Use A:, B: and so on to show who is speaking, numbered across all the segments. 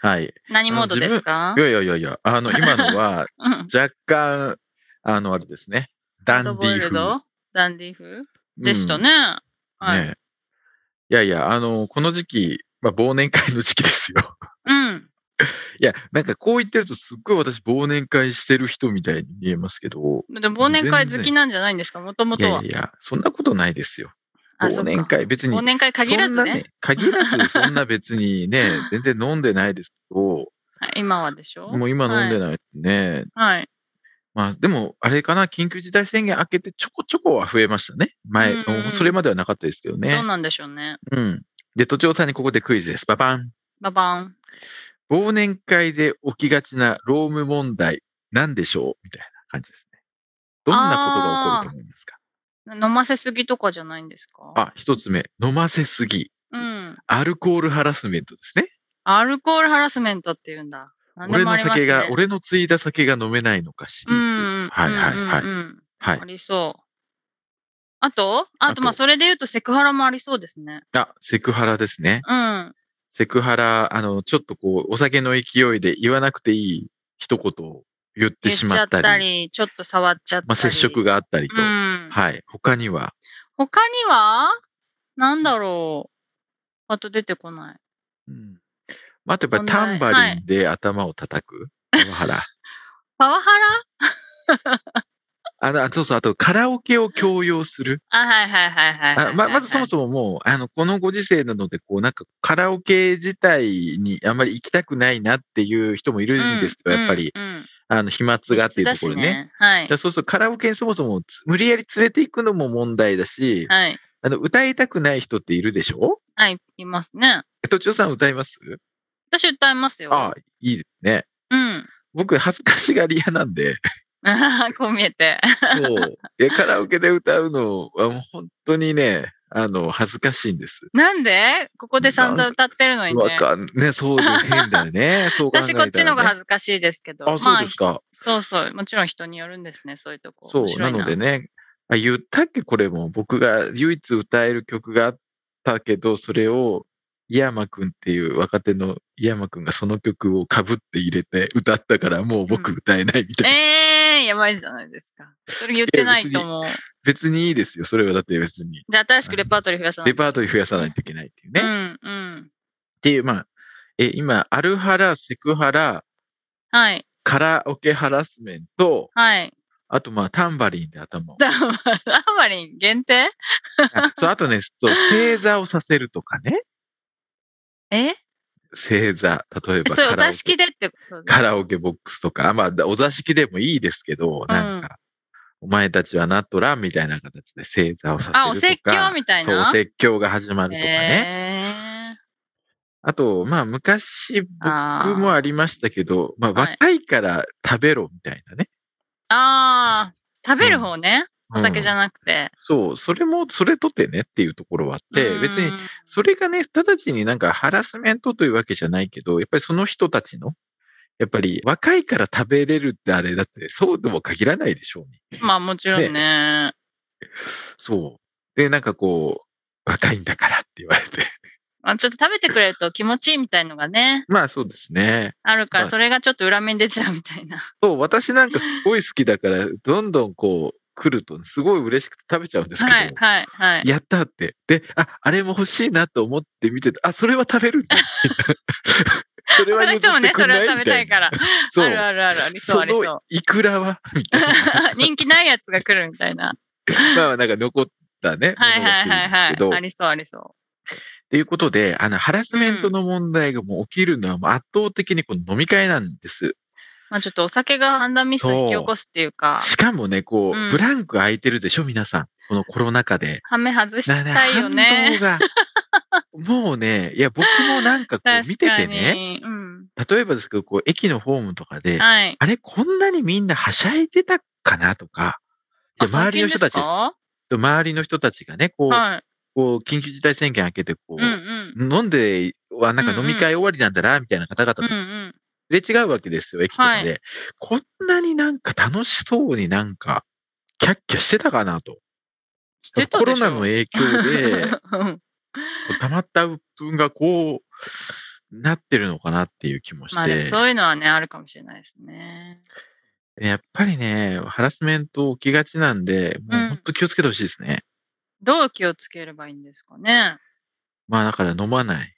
A: はい。
B: 何モードですか
A: いやいやいやいや、あ の、今のは
B: うん
A: 若干、あの、あれですね。ダンデ
B: ド
A: ィ
B: ボイル
A: ー風
B: ドダンディー風でした
A: うん
B: ね、はい、
A: ねいやいや、あの、この時期、まあ、忘年会の時期ですよ。
B: うん
A: いや、なんかこう言ってると、すっごい私、忘年会してる人みたいに見えますけど、
B: でも忘年会好きなんじゃないんですかもとも
A: い
B: と
A: や。
B: はい
A: や、そんなことないですよ。
B: あそ
A: 忘
B: っか
A: 年会、別に
B: 忘。年会限ら
A: そん
B: ず
A: な
B: ね
A: 限らず、そんな別に ね、全然飲んでないですけど、
B: はい今はでしょ
A: もう今飲んでないね、
B: はい。
A: まあでも、あれかな、緊急事態宣言明けてちょこちょこは増えましたね。前、
B: うんうん
A: それまではなかったですけど
B: そう
A: ね。
B: なんでしょうね。
A: うん。で、都庁さんにここでクイズです。ババン。
B: ババン。
A: 忘年会で起きがちな労務問題、なんでしょうみたいな感じですね。どんなことが起こると思いますか
B: 飲ませすぎとかじゃないんですか
A: あ、一つ目、飲ませすぎ。
B: うん。
A: アルコールハラスメントですね。
B: アルコールハラスメントっていうんだ。何で
A: 俺
B: もあ
A: の
B: ります
A: 酒
B: ね。
A: が、俺の継いだ酒が飲めないのかシリ
B: う
A: ーズ。
B: ん。
A: はいはいはい
B: うんうんうん
A: はい
B: あ。りそう。あとあ
A: あ
B: と
A: と
B: まあそれで言うとセクハラもありそうですね。
A: あ、セクハラですね。
B: うん。
A: セクハラ、あの、ちょっとこう、お酒の勢いで言わなくていい一言を言って
B: 言っ
A: し
B: ち
A: ま
B: ゃ
A: っ
B: った
A: り、
B: たり、ちょっと触っちゃったり。
A: まあ、接触があったりと。
B: うん。
A: はい。他には、
B: 他にはなんだろう。あと出てこない。
A: うんまあ、あとやっぱり
B: 問題
A: タンバリンで頭を叩く。パワハラ。
B: パワハラ
A: あのあそうそう、あとカラオケを強要する。
B: あ、はいはいはいはいはいはいは
A: あ
B: い。
A: ままずそもそももう、あの、このご時世なので、こう、なんかカラオケ自体にあんまり行きたくないなっていう人もいるんですけど、
B: うん
A: やっぱり、
B: うんうん
A: あの、飛沫がっていうところ
B: 異質だし
A: ね。
B: はい
A: じゃ。あそうそう、カラオケにそもそもつ無理やり連れて行くのも問題だし、
B: はい。
A: あの、歌いたくない人っているでしょ
B: はい、いますね。
A: えとちおさん歌います
B: 私歌いますよ。
A: ああ、いいですね。
B: うん。
A: 僕、恥ずかしがり屋なんで、
B: こう見えて。
A: そう。えカラオケで歌うのはもう本当にね、あの、恥ずかしいんです。
B: なんでここで散々歌ってるのに
A: わ
B: ね。
A: かんね、そうで変だよね。そう考えたら、ね。
B: 私こっちのが恥ずかしいですけど。
A: あ、そうです
B: まあ、
A: か。
B: ひそうそう。もちろん人によるんですね、そういうとこ。
A: そう
B: 面、白
A: ないのでね、あ言ったっけ、これも。僕が唯一歌える曲があったけど、それを、井山くんっていう若手の井山くんがその曲をかぶって入れて歌ったから、もう僕
B: うん
A: 歌えないみたいな。
B: ええー、やばいじゃないですか。それ言ってないと思う。
A: 別にいいですよ。それはだって別に。
B: じゃあ新しくレパートリー増やさない
A: レ
B: と。
A: パートリー増やさないといけないっていうね。
B: う
A: っ
B: ん、うん。
A: ていう、まあ、え、今、アルハラ、セクハラ、
B: はい、
A: カラオケハラスメント、
B: はい。
A: あとまあ、タンバリンで頭を。
B: だあんまり限定
A: あそう、あとね、そう、正座をさせるとかね。
B: え
A: 正座、例えば
B: それお
A: カラオ
B: 座
A: ケ
B: 敷でってことです
A: カラオケボックスとか、まあ、だお座敷でもいいですけど、なんか、お前たちはなっとらんみたいな形で正座をさせるとか。
B: あお説教みたいな
A: そう、説教が始まるとかね。
B: えー
A: あと、まあ、昔、
B: あー
A: 僕もありましたけど、まあ、
B: はい
A: 若いから食べろみたいなね。
B: ああ、食べる方ね。お酒じゃ
A: なく
B: なくて。
A: そう、それも、それとてねっていうところはあって、別
B: う
A: に
B: ん、
A: それがね、直ちになんかハラスメントというわけじゃないけど、やっぱりその人たちの、やっぱり若いから食べれるってあれだって、そうとも限らないでしょうに。
B: まあもちろんね。
A: そう。で、なんかこう、若いんだからって言われて。
B: まあ、ちょっと食べてくれると気持ちいいみたいのがね、
A: まあそうですね。
B: あるか
A: は
B: ら、
A: い
B: それがちょっと裏面出ちゃうみ たいな。
A: そう、私なんかすごい好きだから、どんどんこう、来ると、すごい嬉しくて食べちゃうんですけど、
B: はい、はい、はい。
A: やったって。で、あ、あれも欲しいなと思って見てて、あ、 それは食べるんだ。それ
B: 他の
A: 譲
B: 人も
A: って
B: ね、
A: く
B: そ
A: んな
B: れは食べたいから。
A: みた
B: あ
A: い
B: る
A: な
B: あるある、あり
A: そ
B: そう、あ
A: う。
B: りそ
A: そう の。いくらはみ たいな。
B: 人気ないやつが来るみたいな。
A: まあなんか残ったね。
B: はいはい
A: ものが
B: は
A: 来るんで
B: い
A: す
B: は
A: けど
B: い。ありそうありそ
A: っていうことで、あの、ハラスメントの問題がもう起きるのはもう圧倒的にこの飲み会なんです。
B: う。まあちょっとお酒が判断ミスを引き起こすっていうか、
A: しかもね、こう、
B: うん
A: ブランク空いてるでしょ、皆さん。このコロナ禍で。
B: はめ外したい
A: な
B: よね。
A: んかね反動が。もうね、いや、僕もなんかこ
B: 確か
A: う
B: に。
A: 見ててね、
B: うん。
A: 例えばですけど、こう、駅のホームとかで、
B: はい。
A: あれ、こんなにみんなはしゃいでたかなとか、いや周りの人たち
B: 最近ですか
A: 周りの人たちがね、こう、
B: はい。
A: こう緊急事態宣言明けて、こ
B: うんう
A: う、
B: ん。
A: 飲んでは、なんか飲み会終わりなんだな、みたいな方々と
B: うんうん。
A: で違うわけですよ、駅とかで。
B: は
A: こんなになんか楽しそうになんか、キャッキャしてたかなと。
B: してた
A: コ
B: で
A: ロ
B: しょ
A: ナの影響 で、
B: うん
A: 溜まった鬱憤がこう、なってるのかなっていう気もし
B: まあでも
A: て。
B: そういうのはね、あるかもしれないですね。
A: やっぱりね、ハラスメント起きがちなんで、もううんほんと気をつけてほしいですね。
B: どう気をつければいいんですかね。
A: まあだから飲ま ない。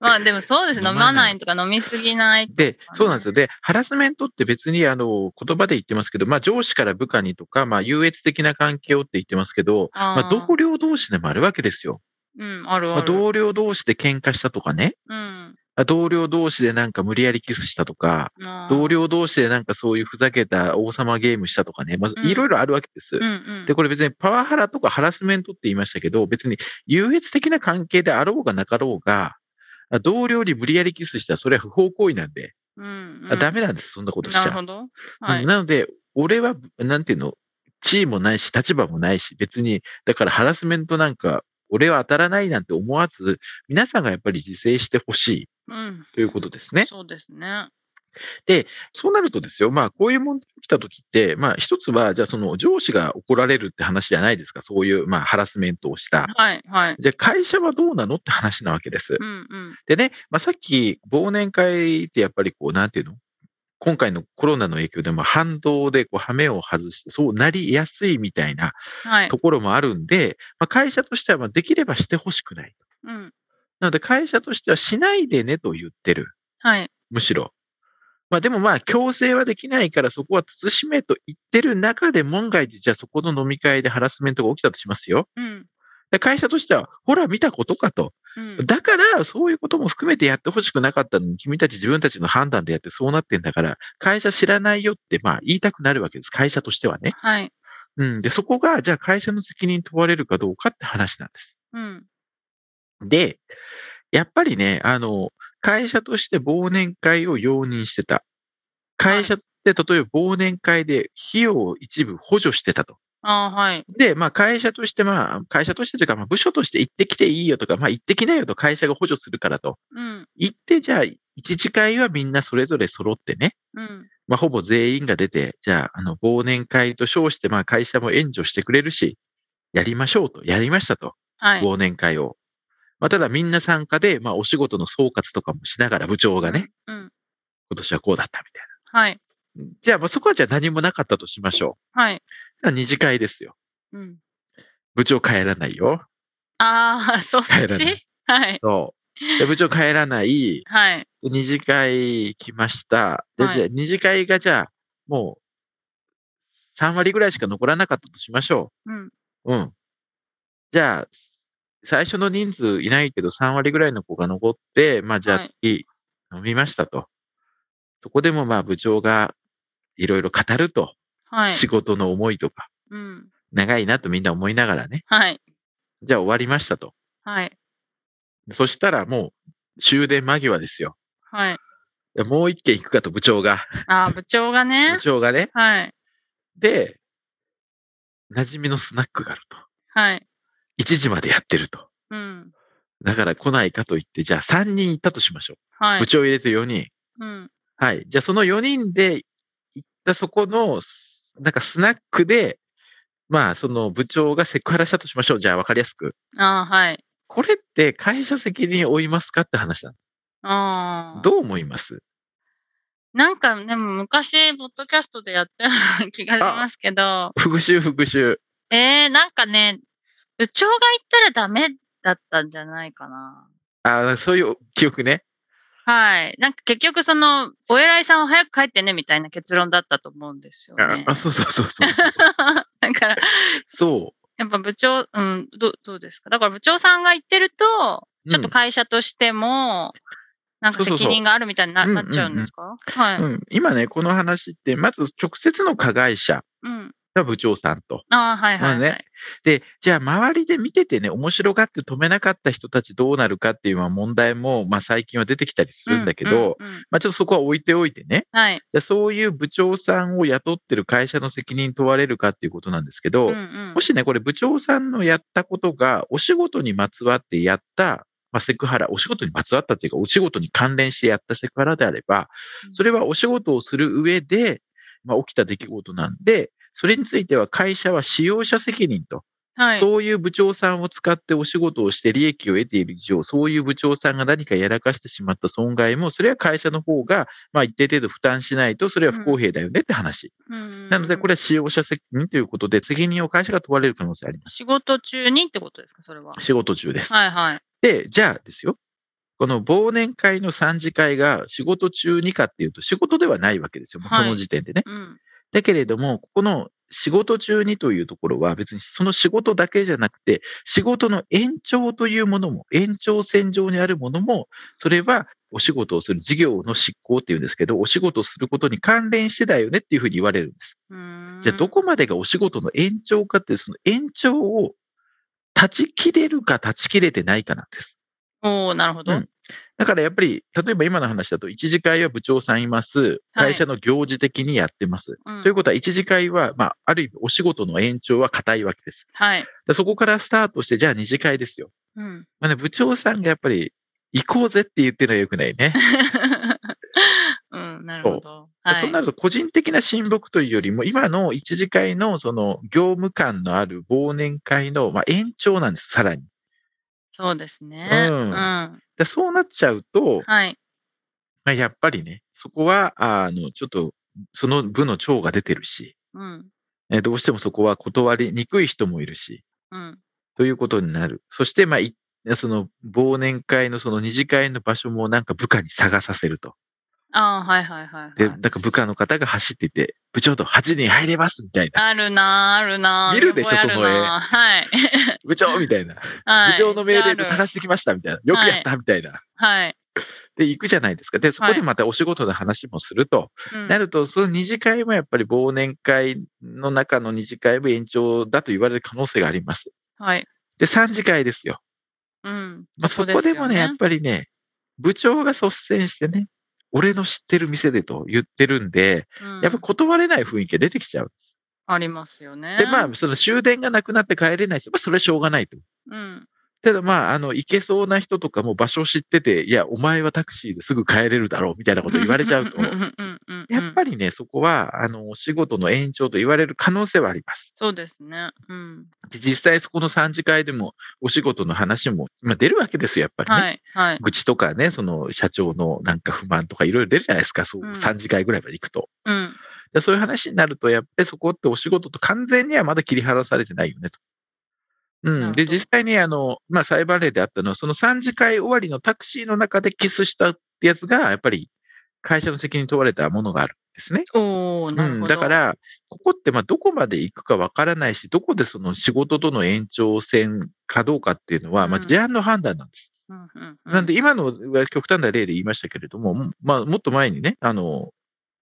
B: まあでもそうですね。
A: 飲
B: 飲
A: まない
B: まないとか飲みすぎない。
A: で、そうなんですよ。で、ハラスメントって別にあの、言葉で言ってますけど、まあ上司から部下にとか、まあ優越的な関係をって言ってますけど、
B: あー
A: まあ同僚同士でもあるわけですよ。
B: うん、ある
A: ま
B: あ
A: あ、
B: る。
A: 同僚同士で喧嘩したとかね、
B: うん
A: あ同僚同士でなんか無理やりキスしたとか、
B: あー
A: 同僚同士でなんかそういうふざけた王様ゲームしたとかね、ま
B: う
A: あ、
B: ん
A: いろいろあるわけです。
B: うんうん。
A: で、これ別にパワハラとかハラスメントって言いましたけど、別に優越的な関係であろうがなかろうが、あ同僚に無理やりキスしたらそれは不法行為なんで、
B: うん
A: あダ
B: メ
A: メなんです、そんなことしち
B: なる
A: ゃ
B: ほ
A: う。
B: ど。はい。
A: なので、俺は、なんていうの、地位もないし、立場もないし、別に、だからハラスメントなんか、俺は当たらないなんて思わず、皆さんがやっぱり自制してほしい
B: うん。
A: ということですね。
B: そうですね。
A: そうなるとですよ、まあ、こういう問題が起きたときって、まあ、一つは、じゃあ、その上司が怒られるって話じゃないですか、そういう、まあ、ハラスメントをした。
B: はいはい。
A: じゃあ、会社はどうなのって話なわけです。
B: うんうん。
A: でね、まあ、さっき、忘年会ってやっぱりこう、なんていうの今回のコロナの影響でも反動でこう羽目を外して、そうなりやすいみたいな
B: はい。
A: ところもあるんで、まあ、会社としてはまあできればしてほしくない。
B: うん。
A: なので会社としてはしないでねと言ってる。
B: はい。
A: むしろ。まあでもまあ強制はできないからそこは慎めと言ってる中で万が一じゃあそこの飲み会でハラスメントが起きたとしますよ。
B: うん。
A: で会社としてはほら見たことかと。
B: うん。
A: だからそういうことも含めてやってほしくなかったのに君たち自分たちの判断でやってそうなってんだから会社知らないよってまあ言いたくなるわけです。会社としてはね。
B: はい。
A: うん。でそこがじゃあ会社の責任問われるかどうかって話なんです。
B: うん。
A: で、やっぱりね、あの、会社として忘年会を容認してた。会社って、例えば忘年会で費用を一部補助してたと。
B: ああ、はい。
A: で、まあ会社として、まあ会社としてというか、まあ部署として行ってきていいよとか、まあ行ってきなよと会社が補助するからと。
B: うん。
A: 行って、じゃあ一次会はみんなそれぞれ揃ってね。
B: うん。
A: まあほぼ全員が出て、じゃあ、あの、忘年会と称して、まあ会社も援助してくれるし、やりましょうと。やりましたと。
B: はい。
A: 忘年会を。まあ、ただみんな参加で、まあ、お仕事の総括とかもしながら部長がね、
B: うん。うん。
A: 今年はこうだったみ
B: はい。
A: たいな。じゃあ、まあ、そこはじゃあ何もなかったとしましょ
B: はい。
A: う。二次会ですよ。
B: うん。
A: 部長帰らないよ。
B: ああ、 そっ
A: 帰らな
B: ちはい。
A: そう。で部長帰らない。
B: はい。
A: で二次会来ました。で、
B: はい
A: じゃあ二次会がじゃあ、もう、3割ぐらいしか残らなかったとしましょ
B: うん。
A: う。うん。じゃあ、最初の人数いないけど3割ぐらいの子が残って、まあじゃあ、
B: はい
A: いい飲みましたと。そこでもまあ部長がいろいろ語ると、
B: はい。
A: 仕事の思いとか、
B: うん。
A: 長いなとみんな思いながらね、
B: はい。
A: じゃあ終わりましたと。
B: はい。
A: そしたらもう終電間際ですよ。
B: はい。
A: もう一軒行くかと部長が、
B: ああ、部長がね
A: 部。長がね。
B: はい。
A: で、馴染みのスナックがあると。
B: はい。
A: 1時までやってると。
B: うん。
A: だから来ないかと言って、じゃあ3人行ったとしましょ
B: は
A: う。
B: い。
A: 部長入れて4人。
B: うん。
A: はい。じゃあ、その4人で行ったそこのス、なんかスナックで、まあ、その部長がセクハラしたとしましょう。じゃあ、わかりやすく。
B: ああ、はい。
A: これって会社責任負いますかって話な
B: ああ
A: の。。どう思います
B: なんか、でも昔、ポッドキャストでやったような 気がしますけど、
A: 復讐、復讐。
B: えー、なんかね、部長が言ったらダメだったんじゃないかな。
A: ああ、そういう記憶ね。
B: はい。なんか結局、その、お偉いさんは早く帰ってね、みたいな結論だったと思うんですよ
A: あ
B: ね。
A: あ、そうそうそうそう。
B: だから、
A: そ
B: やっぱ部長、うん、どどうですかだから部長さんが言ってると、
A: う。
B: ちょっと会社としても、なんか
A: そうそうそ
B: 責
A: う
B: 任があるみたいにな
A: うんうんう
B: なんっちゃうんですかはい。
A: うん、うん今ね、この話って、まず直接の加害者
B: うん。
A: が部長さんと。
B: ああ、はいはい、はい
A: まあねで、じゃあ周りで見ててね、面白がって止めなかった人たちどうなるかっていうまあ問題も、まあ最近は出てきたりするんだけど、
B: うんうんうん
A: まあちょっとそこは置いておいてね、
B: はい。
A: でそういう部長さんを雇ってる会社の責任問われるかっていうことなんですけど、
B: うんうん
A: もしね、これ部長さんのやったことがお仕事にまつわってやった、まあ、セクハラ、お仕事にまつわったというか、お仕事に関連してやったセクハラであれば
B: う、ん
A: それはお仕事をする上で、まあ、起きた出来事なんで、それについては会社は使用者責任と、
B: はい。
A: そういう部長さんを使ってお仕事をして利益を得ている以上、そういう部長さんが何かやらかしてしまった損害も、それは会社の方が、まあ、一定程度負担しないと、それは不公平だよねって話。な
B: な
A: ので、これは使用者責任ということで、責任を会社が問われる可能性あります。
B: 仕事中にってことですか、それは。
A: 仕事中です。
B: はいはい。
A: で、じゃあですよ。この忘年会の3次会が仕事中にかっていうと、仕事ではないわけですよ。もう
B: はい
A: その時点でね。
B: うん。
A: だけれども、ここの仕事中にというところは、別にその仕事だけじゃなくて、仕事の延長というものも、延長線上にあるものも、それはお仕事をする事業の執行っていうんですけど、お仕事をすることに関連してだよねっていうふうに言われるんです。
B: うーん
A: じゃあどこまでがお仕事の延長かっていう、その延長を断ち切れるか断ち切れてないかなんです。
B: おおなるほど。
A: うんだからやっぱり、例えば今の話だと、一次会は部長さんいます。
B: はい
A: 会社の行事的にやってます。
B: うん
A: ということは、一次会は、まあ、ある意味お仕事の延長は固いわけです。
B: はい。
A: でそこからスタートして、じゃあ二次会ですよ。
B: うん。
A: まあね、部長さんがやっぱり、行こうぜって言ってるのは良くないね。
B: うん、なるほど。はい。
A: そうなると個人的な親睦というよりも、今の一次会のその業務感のある忘年会のまあ延長なんです、さらに。
B: そうですね。
A: うん
B: うん。は
A: でそうなっちゃうと、
B: い。
A: まあ、やっぱりね、そこは、あの、ちょっと、その部の長が出てるし、
B: うん。
A: えどうしてもそこは断りにくい人もいるし、
B: うん。
A: ということになる。そして、まあ、いその忘年会のその二次会の場所もなんか部下に探させると。
B: ああ、はいはいはい、はい。
A: で、なんか部下の方が走ってて、部長と8人入れますみたい な。
B: あるなーあるなー
A: 見るでしょ
B: 見覚えあるなーはい。
A: 部長みたいな。
B: はい。
A: 部長の命令で
B: めっちゃある
A: 探してきましたみたいな。よくやったみたいな。
B: はい。
A: で、行くじゃないですか。で、そこ
B: は
A: で
B: い
A: またお仕事の話もすると。
B: うん
A: なると、その二次会もやっぱり忘年会の中の二次会も延長だと言われる可能性があります。
B: はい。
A: で、三次会ですよ。
B: うん。
A: まあ、そこでもね、やっぱりね、部長が率先してね、俺の知ってる店でと言ってるんで、やっぱ
B: り、
A: 断れない雰囲気が出てきちゃう。
B: ありますよね。
A: で、まあ、その終電がなくなって帰れない人、まあ、それはしょうがないと。
B: うん。
A: ただまあ、あの、行けそうな人とかも場所を知ってて、いや、お前はタクシーですぐ帰れるだろうみたいなこと言われちゃうと
B: ん、んうんうんうん
A: やっぱりね、そこは、あの、お仕事の延長と言われる可能性はあります。
B: そうですね。うん。
A: で実際そこの3次会でもお仕事の話も、まあ、出るわけですよ、やっぱりね。
B: はい。はい。
A: 愚痴とかね、その社長のなんか不満とかいろいろ出るじゃないですか、そう
B: うん
A: 3次会ぐらいまで行くと。
B: うん。
A: でそういう話になると、やっぱりそこってお仕事と完全にはまだ切り離されてないよねと。
B: る
A: う
B: ほ
A: ん、
B: ど
A: で、実際にあの、まあ、裁判例であったのは、その3次会終わりのタクシーの中でキスしたってやつが、やっぱり会社の責任問われたものがあるんですね。
B: おおなる
A: う
B: ほ
A: ん、
B: ど。
A: だか、ら、ここってまあどこまで行くかわからないし、どこでその仕事との延長線かどうかっていうのは、まあ、
B: うん
A: 事案の判断なんです。
B: うんうんう
A: なんで、今のは極端な例で言いましたけれども、もうまあ、もっと前にね、あの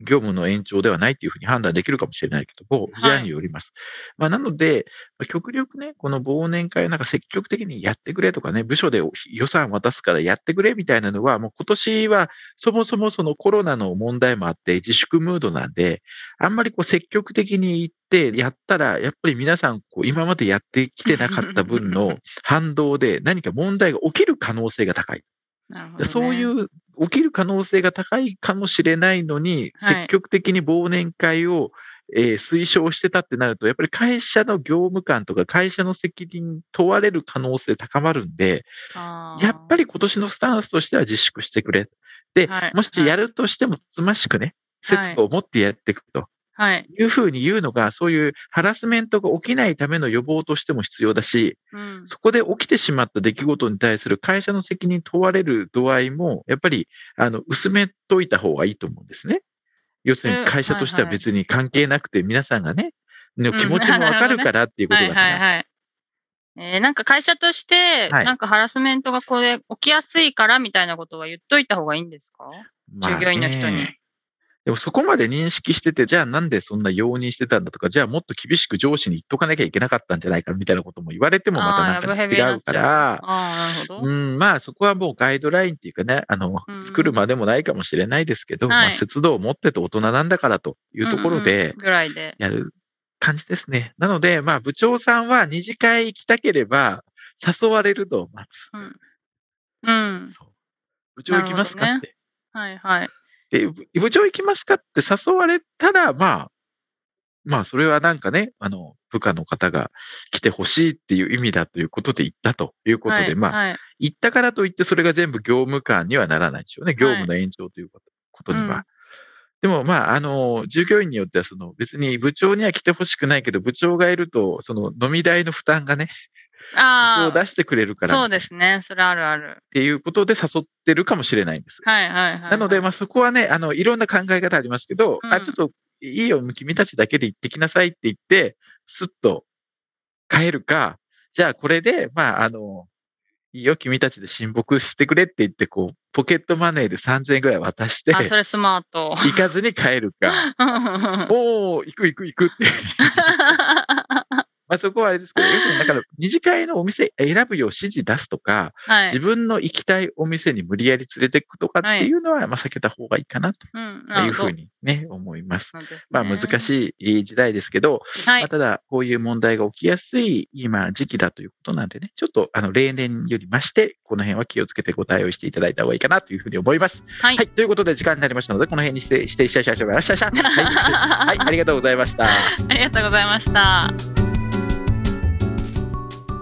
A: 業務の延長ではないっていうふうに判断できるかもしれないけども、
B: はい
A: 事案によります。まあ、なので、まあ極力ね、この忘年会をなんか積極的にやってくれとかね、部署で予算渡すからやってくれみたいなのは、もう今年はそもそもそのコロナの問題もあって自粛ムードなんで、あんまりこう積極的に行ってやったら、やっぱり皆さんこう今までやってきてなかった分 の反動で何か問題が起きる可能性が高い。
B: なるほどね
A: そういう起きる可能性が高いかもしれないのに、
B: はい
A: 積極的に忘年会を、えー推奨してたってなると、やっぱり会社の業務感とか会社の責任問われる可能性高まるんで、
B: あー
A: やっぱり今年のスタンスとしては自粛してくれ。で、
B: はい
A: もしやるとしてもつましくね、
B: はい
A: 節度を持ってやっていくと
B: はい。
A: いうふうに言うのが、そういうハラスメントが起きないための予防としても必要だし、
B: うん。
A: そこで起きてしまった出来事に対する会社の責任問われる度合いも、やっぱりあの薄めといた方がいいと思うんですね。要するに
B: え
A: 会社としては
B: はいはい
A: 別に関係なくて、皆さんがね、の
B: うん
A: 気持ちもわかるからっていうこと
B: はい
A: だか
B: はい
A: ら。
B: はい。えー、なんか会社として、
A: はい
B: なんかハラスメントがこれ起きやすいからみたいなことは言っといた方がいいんですか
A: まあね
B: 従業員の人に。
A: でもそこまで認識してて、じゃあなんでそんな容認してたんだとか、じゃあもっと厳しく上司に言っとかなきゃいけなかったんじゃないかみたいなことも言われてもまたなん
B: あーラブ
A: か
B: ヘビにな
A: 違
B: っ
A: う
B: ちゃ
A: か
B: う
A: ら、
B: ああ、なるほど。
A: うん、まあそこはもうガイドラインっていうかね、あの
B: う、ん
A: 作るまでもないかもしれないですけど、ま
B: は
A: あ
B: い
A: 節度を持ってと大人なんだからというところ
B: うんうんう
A: で
B: んぐらいで。
A: やる感じですね。なので、まあ部長さんは二次会行きたければ誘われるのを待つ。
B: うん。
A: そう部長行きますか
B: な
A: っ
B: るほ
A: て。
B: はいはい。
A: で、部部長行きますかって誘われたら、まあ、まあ、それはなんかね、あの、部下の方が来てほしいっていう意味だということで行ったということで、
B: はい
A: まあ、
B: はい
A: 行ったからといってそれが全部業務間にはならないでしょうね。業務の延長ということことには。
B: うん
A: でも、まあ、あの、従業員によっては、その、別に部長には来てほしくないけど、部長がいると、その、飲み代の負担がね、
B: あ
A: を
B: あ、
A: 出してくれるから、
B: そう
A: っ
B: ですね。それあるある。
A: ていうことで誘ってるかもしれないんです。
B: はいはいはいはい。
A: なので、まあ、そこはね、あの、いろんな考え方ありますけど、
B: う
A: あ、
B: ん
A: ちょっといいよ、君たちだけで行ってきなさいって言って、すっと帰るか、じゃあこれで、まあ、あの、いいよ、君たちで親睦してくれって言って、こう、ポケットマネーで3000円ぐらい渡して、
B: あ、
A: 行
B: それスマー ト。
A: かずに帰るか、 おー、行く行く行くって。
B: は
A: まあ、そこはあれですけど、要するに、だから、二次会のお店選ぶよう指示出すとか、自
B: い。
A: 分の行きたいお店に無理やり連れていくとかっていうのは、まあ、避けた方がいいかなと
B: うん、
A: いうふ
B: ふ
A: うにね、思います。ま
B: ま
A: あ難しい時代ですけど、
B: い。は
A: まあ
B: い。
A: ただこういう問題が起きやすい今時期だということなんでね、ちょっとあの例年より増して、この辺は気をつけてご対応していただいた方がいいかなというふうに思います。
B: は
A: はい、ということで時間になりましたので、この辺にして、して、しゃしゃしゃしゃしゃしゃ。 はい、はいありがとうございました。
B: ありがとうございました。